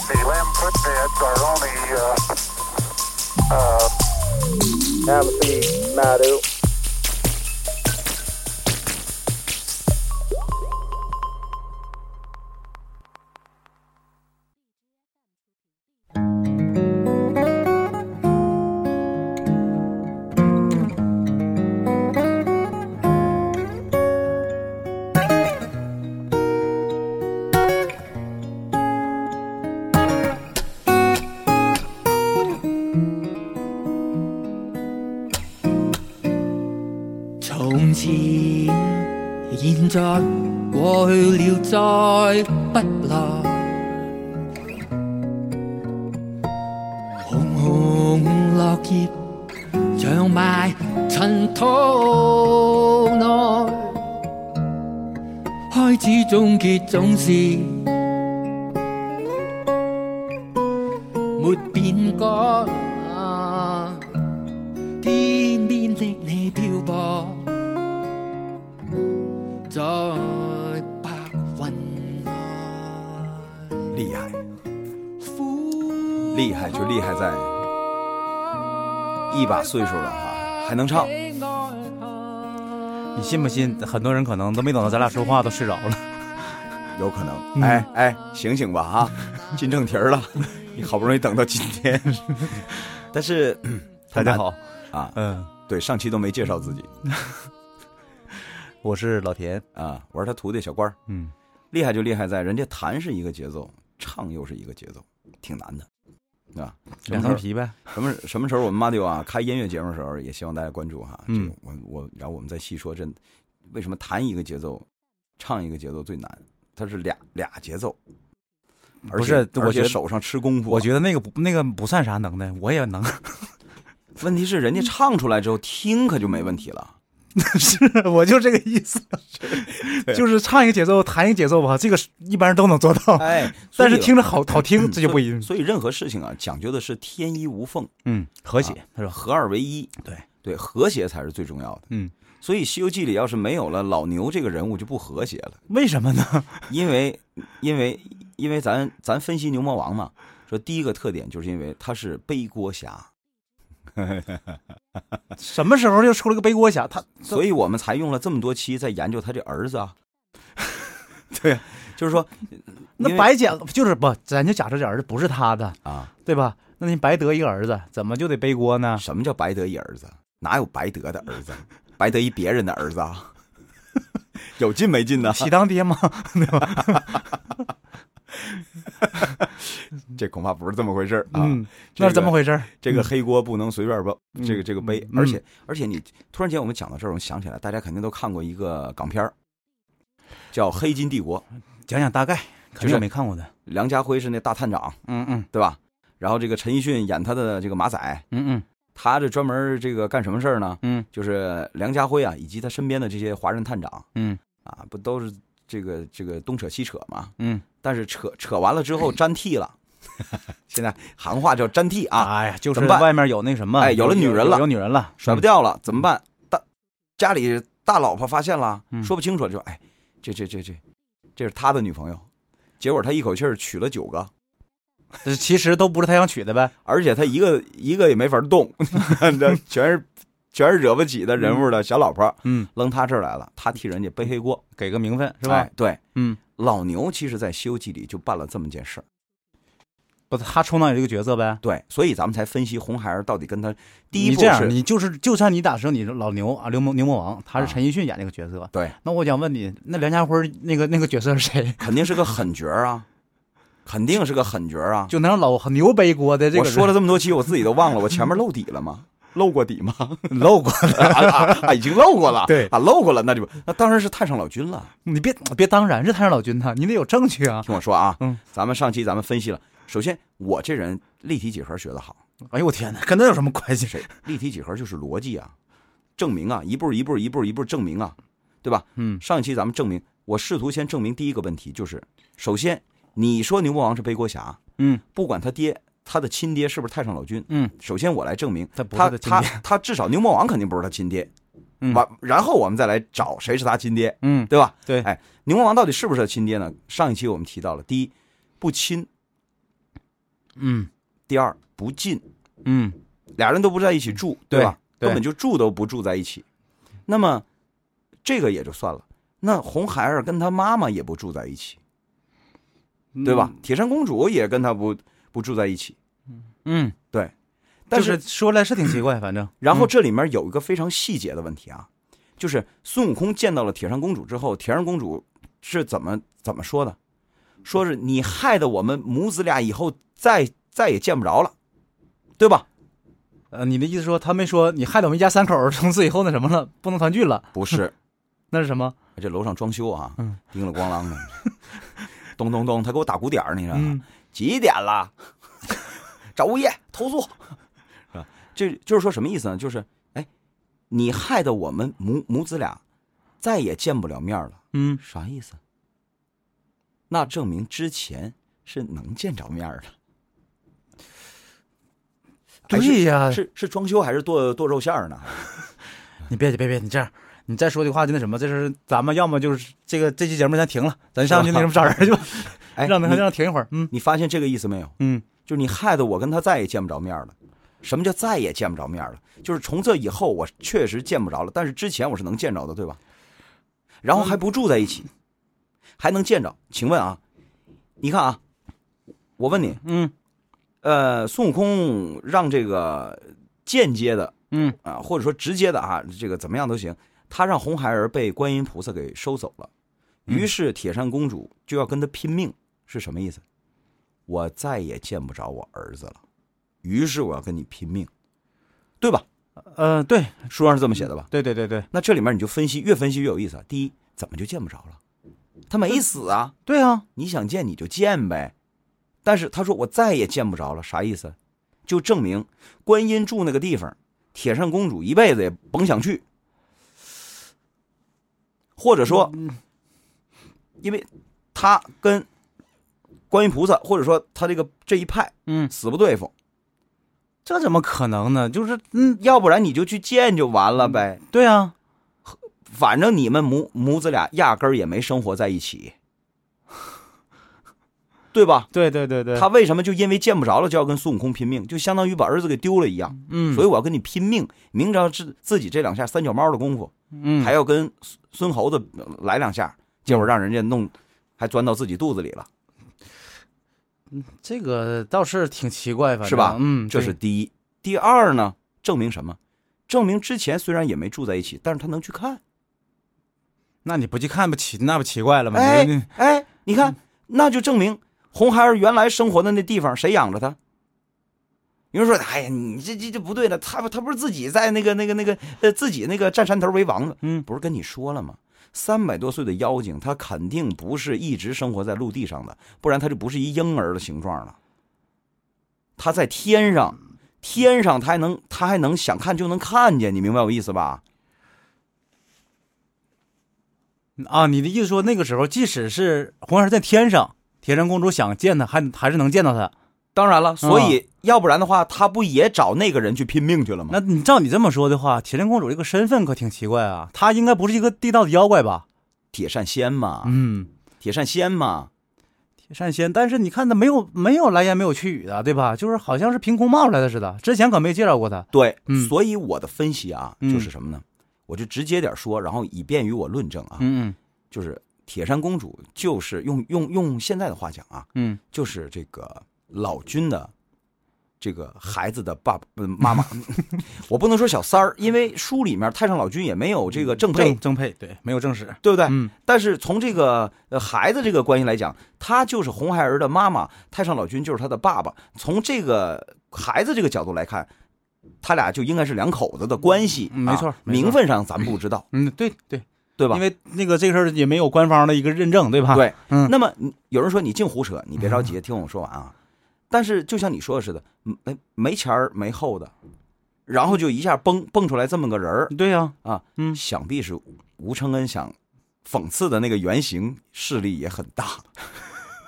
input bits are only uh, uh, Amity Madu. 从前、现在、过去了，再不来。红红落叶长埋尘土内，开始终结总是没变改。天边的你漂泊在白云外，厉害，苦厉害就厉害在一把岁数了哈，还能唱。你信不信？很多人可能都没等到咱俩说话都嗯睡着了。有可能。哎哎，醒醒吧啊， 进正题儿了，你好不容易等到今 天。但 是大家好，啊，嗯，对，上期都没介绍自己 我是老田，啊，我是他徒弟小官儿。嗯，厉害就厉害在人家弹是一个节奏，唱又是一个节奏，挺难的，啊。什两么时候层皮呗。什么什么时候我们妈丢啊开音乐节目的时候，也希望大家关注哈。这嗯个我我然后我们再细说这为什么弹一个节奏，唱一个节奏最难，它是俩俩节奏，而不且是我而且觉得手上吃功夫啊。我觉得那个不那个不算啥能耐，我也能。 问题是人家唱出来之后听可就没问题了。我就这个意 思，就是唱一个节奏，弹一个节奏吧，这个是一般人都能做到，哎，哦 但所是以听着好好 听，这就不一定。所以任何事情啊，讲究的是天衣无缝，嗯，和啊谐，他说，合二为一。对对，和谐才是最重要的。嗯，所以《西游记》里要是没有了老牛这个人物，就不和谐了。为什么呢？因为因为因为咱咱分析牛魔王嘛，说第一个特点就是因为他是背锅侠，什么时候又出了个背锅侠？他所以我们才用了这么多期在研究他这儿子啊。 对，啊就是说因那为白捡就是不，咱就假设这儿子不是他的，啊，对吧？那你白得一个儿子，怎么就得背锅呢？什么叫白得一儿子？哪有白得的儿子？白得一别人的儿子啊？ 有劲没劲呢？喜当爹吗？这恐怕不是这么回事儿啊。嗯，这那个是怎么回事？这个黑锅不能随便背，这个这个背，嗯而且而且你突然间我们讲到这儿，我想起来，大家肯定都看过一个港片儿叫《黑金帝国》，讲讲大概，肯就是定没看过的。梁家辉是那大探长，嗯嗯对吧？然后这个陈奕迅演他的这个马仔，嗯嗯他这专门这个干什么事儿呢？嗯就是梁家辉啊，以及他身边的这些华人探长嗯啊，不都是这个这个东扯西扯嘛？嗯但是扯扯完了之后粘替了， 现在行话叫粘替啊，哎呀，就怎是么办外面有那什么，哎有了女人了有有女人了，甩不掉了，怎么办？大家里大老婆发现了，嗯说不清楚了就哎，这这这这，这是他的女朋友，结果他一口气儿娶了九个，嗯。其实都不是他想娶的呗。而且他一个一个也没法动， 那全是全是惹不起的人物的小老婆，嗯，扔他这儿来了，他替人家背黑锅，给个名分是是吧？吧？对，嗯，老牛其实在《西游记》里就办了这么件事儿，不，他充当你这个角色呗。对，所以咱们才分析红孩儿到底跟他第一你步这样，是你就是就算你打时候你是老牛啊，牛魔牛魔王，他是陈奕迅演这个角色。对，那我想问你，那梁家辉那个那个角色是谁？肯定是个狠角儿啊，肯定是个狠角儿啊。就能让老牛背锅的这我个人，说了这么多期，我自己都忘了，我前面漏底了 吗？漏过底吗？漏过，啊啊 啊已经漏过了，对啊，漏过了，那就那当然是太上老君了。你别别当然是太上老君他，你得有证据啊！听我说啊，嗯，咱们上期咱们分析了，首先我这人立体几何学的好，哎呦我天哪，跟那有什么关系？谁立体几何就是逻辑啊，证明啊，一步一步一步一步证明啊，对吧？嗯上一期咱们证明，我试图先证明第一个问题就是，首先你说牛魔王是背锅侠，嗯不管他爹他的亲爹是不是太上老君，嗯，首先我来证明他不是他他亲他爹他至少牛魔王肯定不是他亲爹，嗯完、然后我们再来找谁是他亲爹，嗯，对吧？对，哎，牛魔王到底是不是他亲爹呢？上一期我们提到了，第一，不亲，嗯第二不近，嗯，俩人都不在一起住，对吧？对根本就住都不住在一起。那么这个也就算了，那红孩儿跟他妈妈也不住在一起，对吧？铁扇公主也跟他不不住在一起。嗯？嗯，但就是嗯说来是挺奇怪，反正然后这里面有一个非常细节的问题啊，就是孙悟空见到了铁扇公主之后，铁扇公主是怎么怎么说的？说是你害得我们母子俩以后再再也见不着了，对吧？呃，你的意思说他没说你害得我们一家三口儿 从此以后那什么了，不能团聚了，不是，那是什么？这楼上装修啊嗯，叮了咣啷的， 咚咚咚，他给我打鼓点儿，你知道吗？嗯几点了？ 找物业投诉，嗯是吧？这就是说什么意思呢？就是哎，你害得我们母母子俩再也见不了面了。嗯，啥意思？那证明之前是能见着面儿的。还是对呀，是是装修还是剁剁肉馅儿呢？你别别别，你这样，你再说的话就那什么，这是咱们要么就是这个这期节目先停了，咱上去那什么找人去吧，哎，让他你让停一会儿。嗯你发现这个意思没有？嗯就是你害得我跟他再也见不着面了。什么叫再也见不着面了？就是从这以后我确实见不着了，但是之前我是能见着的，对吧？然后还不住在一起，还能见着。请问啊，你看啊，我问你，嗯呃，孙悟空让这个间接的嗯啊、或者说直接的啊，这个怎么样都行，他让红孩儿被观音菩萨给收走了，嗯于是铁扇公主就要跟他拼命，是什么意思？我再也见不着我儿子了，于是我要跟你拼命，对吧？呃，对书上是这么写的吧？对对对对那这里面你就分析，越分析越有意思啊。第一，怎么就见不着了？他没死啊，对啊，你想见你就见呗。但是他说我再也见不着了，啥意思？就证明观音住那个地方，铁扇公主一辈子也甭想去。或者说，嗯因为他跟观音菩萨，或者说他这个这一派嗯，死不对付，这怎么可能呢？就是嗯，要不然你就去见就完了呗。对啊，反正你们母母子俩压根儿也没生活在一起， 对吧？对对对对，他为什么就因为见不着了就要跟孙悟空拼命，就相当于把儿子给丢了一样。嗯，所以我要跟你拼命，明知道自自己这两下三脚猫的功夫，嗯还要跟孙孙猴子来两下，结果让人家弄还钻到自己肚子里了，这个倒是挺奇怪，反正是吧嗯，这对是第一。第二呢，证明什么？证明之前虽然也没住在一起，但是他能去看。那你不去看不奇，那不奇怪了吗？哎你哎，你看，那就证明红孩儿原来生活的那地方谁养着他？有人说：“哎呀，你这这这不对了，他他不是自己在那个那个那个呃自己那个占山头为王吗？嗯不是跟你说了吗？三百多岁的妖精，他肯定不是一直生活在陆地上的，不然他就不是一婴儿的形状了。他在天上，天上他还能他还能想看就能看见，你明白我意思吧？啊，你的意思说那个时候，即使是红孩儿在天上，铁扇公主想见他，还还是能见到他。当然了，所以、要不然的话，他不也找那个人去拼命去了吗？那你照你这么说的话，铁扇公主这个身份可挺奇怪啊，她应该不是一个地道的妖怪吧？铁扇仙嘛，嗯，铁扇仙嘛，铁扇仙，但是你看她没有没有来言没有去语啊的，对吧？就是好像是凭空冒出来的似的，之前可没介绍过她。对，嗯所以我的分析啊，嗯就是什么呢？我就直接点说，然后以便于我论证啊，嗯就是铁扇公主就是用用用现在的话讲啊，嗯就是这个老君的这个孩子的爸爸、嗯妈 妈，我不能说小三儿，因为书里面太上老君也没有这个正嗯，配正，正配对，没有正史。对不对？嗯但是从这个呃孩子这个关系来讲，他就是红孩儿的妈妈，太上老君就是他的爸爸。从这个孩子这个角度来看，他俩就应该是两口子的关系，嗯没错啊没错名分上咱不知道，嗯，对对，对吧因？为那个这个事儿也没有官方的一个认证，对吧？，对。嗯那么你有人说你净胡扯，你别着急，听我说完啊。但是就像你说的似的，没没前儿没后的，然后就一下蹦蹦出来这么个人儿，对呀、啊，嗯想必是吴承恩想讽刺的那个原型势力也很大，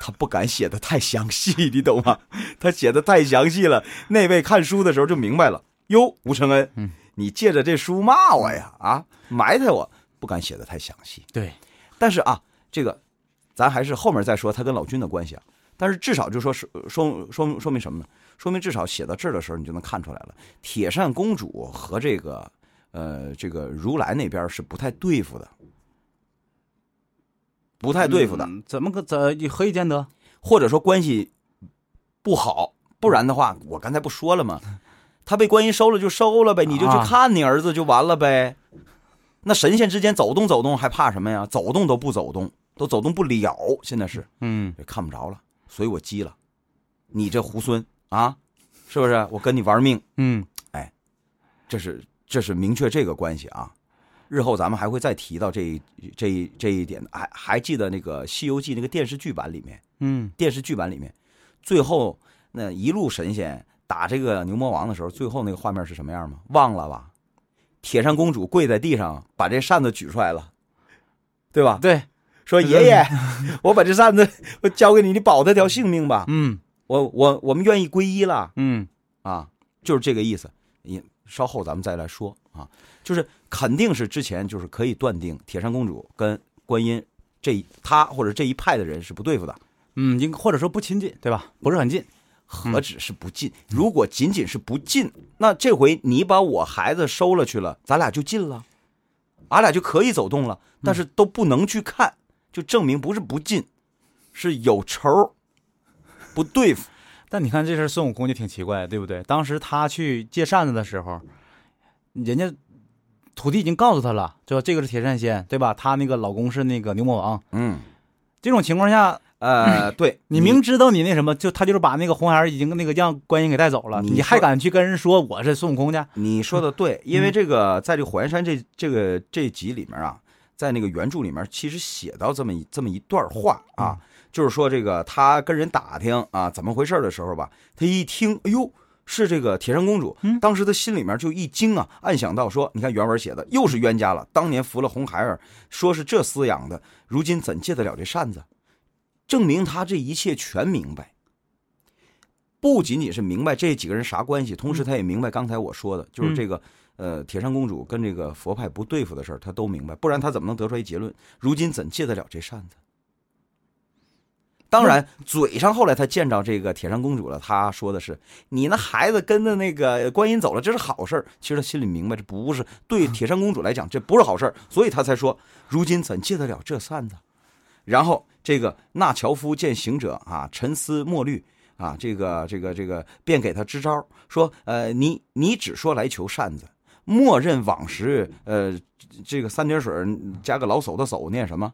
他不敢写的太详细，你懂吗？ 他写的太详细了，那位看书的时候就明白了，哟，吴承恩，嗯你借着这书骂我呀，啊，埋汰我，不敢写的太详细。对，但是啊，这个咱还是后面再说他跟老君的关系啊。但但是至少就说是说说说明什么呢？说明至少写到这儿的时候，你就能看出来了，铁扇公主和这个呃这个如来那边是不太对付的，不太对付的，嗯怎么个怎何以见得？或者说关系不好，不然的嗯话，我刚才不说了吗？他被观音收了就收了呗，你就去啊看你儿子就完了呗。那神仙之间走动走动还怕什么呀？走动都不走动，都走动不了，现在是嗯，也看不着了，所以我急了，你这猢狲啊，是不是？我跟你玩命，嗯，这是这是明确这个关系啊。日后咱们还会再提到这一这一这一点的，还还记得那个《西游记》那个电视剧版里面，嗯，电视剧版里面，最后那一路神仙打这个牛魔王的时候，最后那个画面是什么样吗？忘了吧？铁扇公主跪在地上，把这扇子举出来了，对吧？对，说爷爷，我把这扇子我交给你，你保他条性命吧。嗯我我我们愿意皈依了。嗯啊，就是这个意思。也稍后咱们再来说啊，就是肯定是之前就是可以断定铁扇公主跟观音这一她或者这一派的人是不对付的，嗯，应或者说不亲近，对吧？不是很近，何止是不近？如果仅仅是不近，那这回你把我孩子收了去了，咱俩就近了，俺俩就可以走动了，但是都不能去看，就证明不是不近，是有仇儿，不对付。但你看这事儿，孙悟空就挺奇怪，对不对？当时他去借扇子的时候，人家徒弟已经告诉他了，就这个是铁扇仙，对吧？他那个老公是那个牛魔王。嗯，这种情况下，呃，对你明知道你那什么，就他就是把那个红孩儿已经那个让观音给带走了，你你还敢去跟人说我是孙悟空去？你说的对，因为这个在这个火焰山这这个这集里面啊，在那个原著里面其实写到这么一这么一段话啊，就是说这个他跟人打听啊怎么回事的时候吧，他一听，哎呦。是这个铁扇公主，当时他心里面就一惊啊，暗想到说：“你看原文写的又是冤家了，当年服了红孩儿，说是这厮养的，如今怎戒得了这扇子？”证明他这一切全明白，不仅仅是明白这几个人啥关系，同时他也明白刚才我说的，就是这个呃铁扇公主跟这个佛派不对付的事儿，他都明白，不然他怎么能得出一结论？如今怎戒得了这扇子？当然，嘴上后来他见着这个铁扇公主了，他说的是：“你那孩子跟着那个观音走了，这是好事儿。”其实他心里明白，这不是对铁扇公主来讲，这不是好事儿，所以他才说：“如今怎戒得了这扇子？”然后这个那樵夫见行者啊，沉思默虑啊，这个这个这个，便给他支招儿，说：“呃，你你只说来求扇子，默认往时，呃，这个三点水儿加个老叟的叟念什么？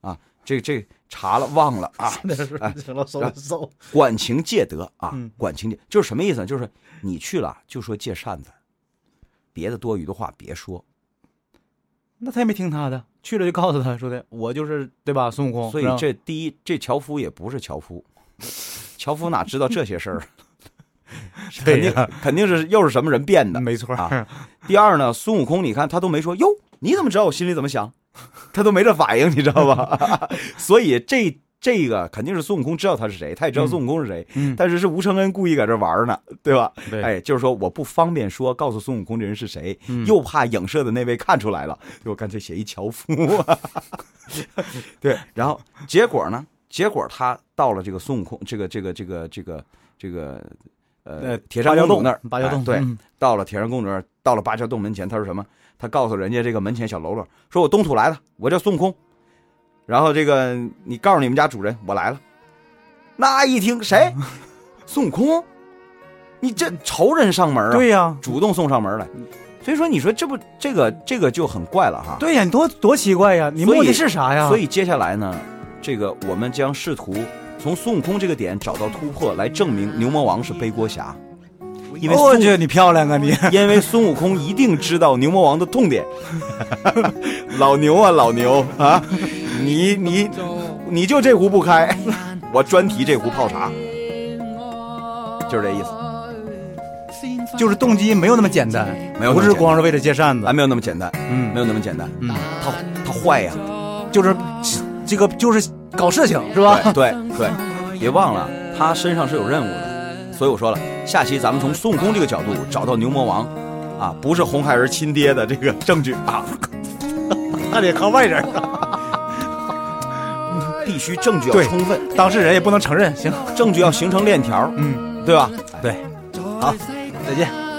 啊，这这查了忘了啊。”那时候成了收收，管情戒德啊嗯，管情戒就是什么意思呢？就是你去了就说借扇子，别的多余的话别说。那他也没听他的，去了就告诉他说的，我哦就是对吧？孙悟空，所以然后这第一，这樵夫也不是樵夫，樵夫哪知道这些事儿？ 肯对定呀肯定是又是什么人变的。嗯没错儿，啊第二呢，孙悟空，你看他都没说哟，你怎么知道我心里怎么想？他都没这反应，你知道吧？ 所以这这个肯定是孙悟空知道他是谁，他也知道孙悟空是谁，嗯但是是吴承恩故意搁这玩儿呢，对吧？对哎，就是说我不方便说，告诉孙悟空这人是谁，嗯又怕影射的那位看出来了，就我干脆写一樵夫。 对，然后结果呢？结果他到了这个孙悟空，这个这个这个这个这个呃呃铁扇芭蕉公主洞那儿，芭蕉哎洞对嗯，到了铁扇公主那儿，到了芭蕉洞门前，他说什么？他告诉人家这个门前小喽啰，说我东土来了，我叫孙悟空。然后这个你告诉你们家主人，我来了。那一听 谁？孙悟空？你这仇人上门啊？对呀、主动送上门来。所以说，你说这不这个这个就很怪了哈。对呀、你多多奇怪呀！你所以目的是啥呀？所以接下来呢，这个我们将试图从孙悟空这个点找到突破，来证明牛魔王是背锅侠，因为我孙悟觉得你漂亮啊你。 因为孙悟空一定知道牛魔王的痛点。 老牛啊，老牛啊，你你你就这壶不开，我专提这壶泡茶。就是这意思就是动机没有那么简单，没有那么不简是单光是为了借扇啊，子，没有那么简单，嗯没有那么简单，嗯，他他坏呀、就是这个就是搞事情是吧？对对，别忘了他身上是有任务的，所以我说了，下期咱们从孙悟空这个角度找到牛魔王，啊，不是红孩儿亲爹的这个 证据啊。那得靠外人。必须证据要对充分，当事人也不能承认，行，证据要形成链条，嗯，对吧？对，好，再再见见。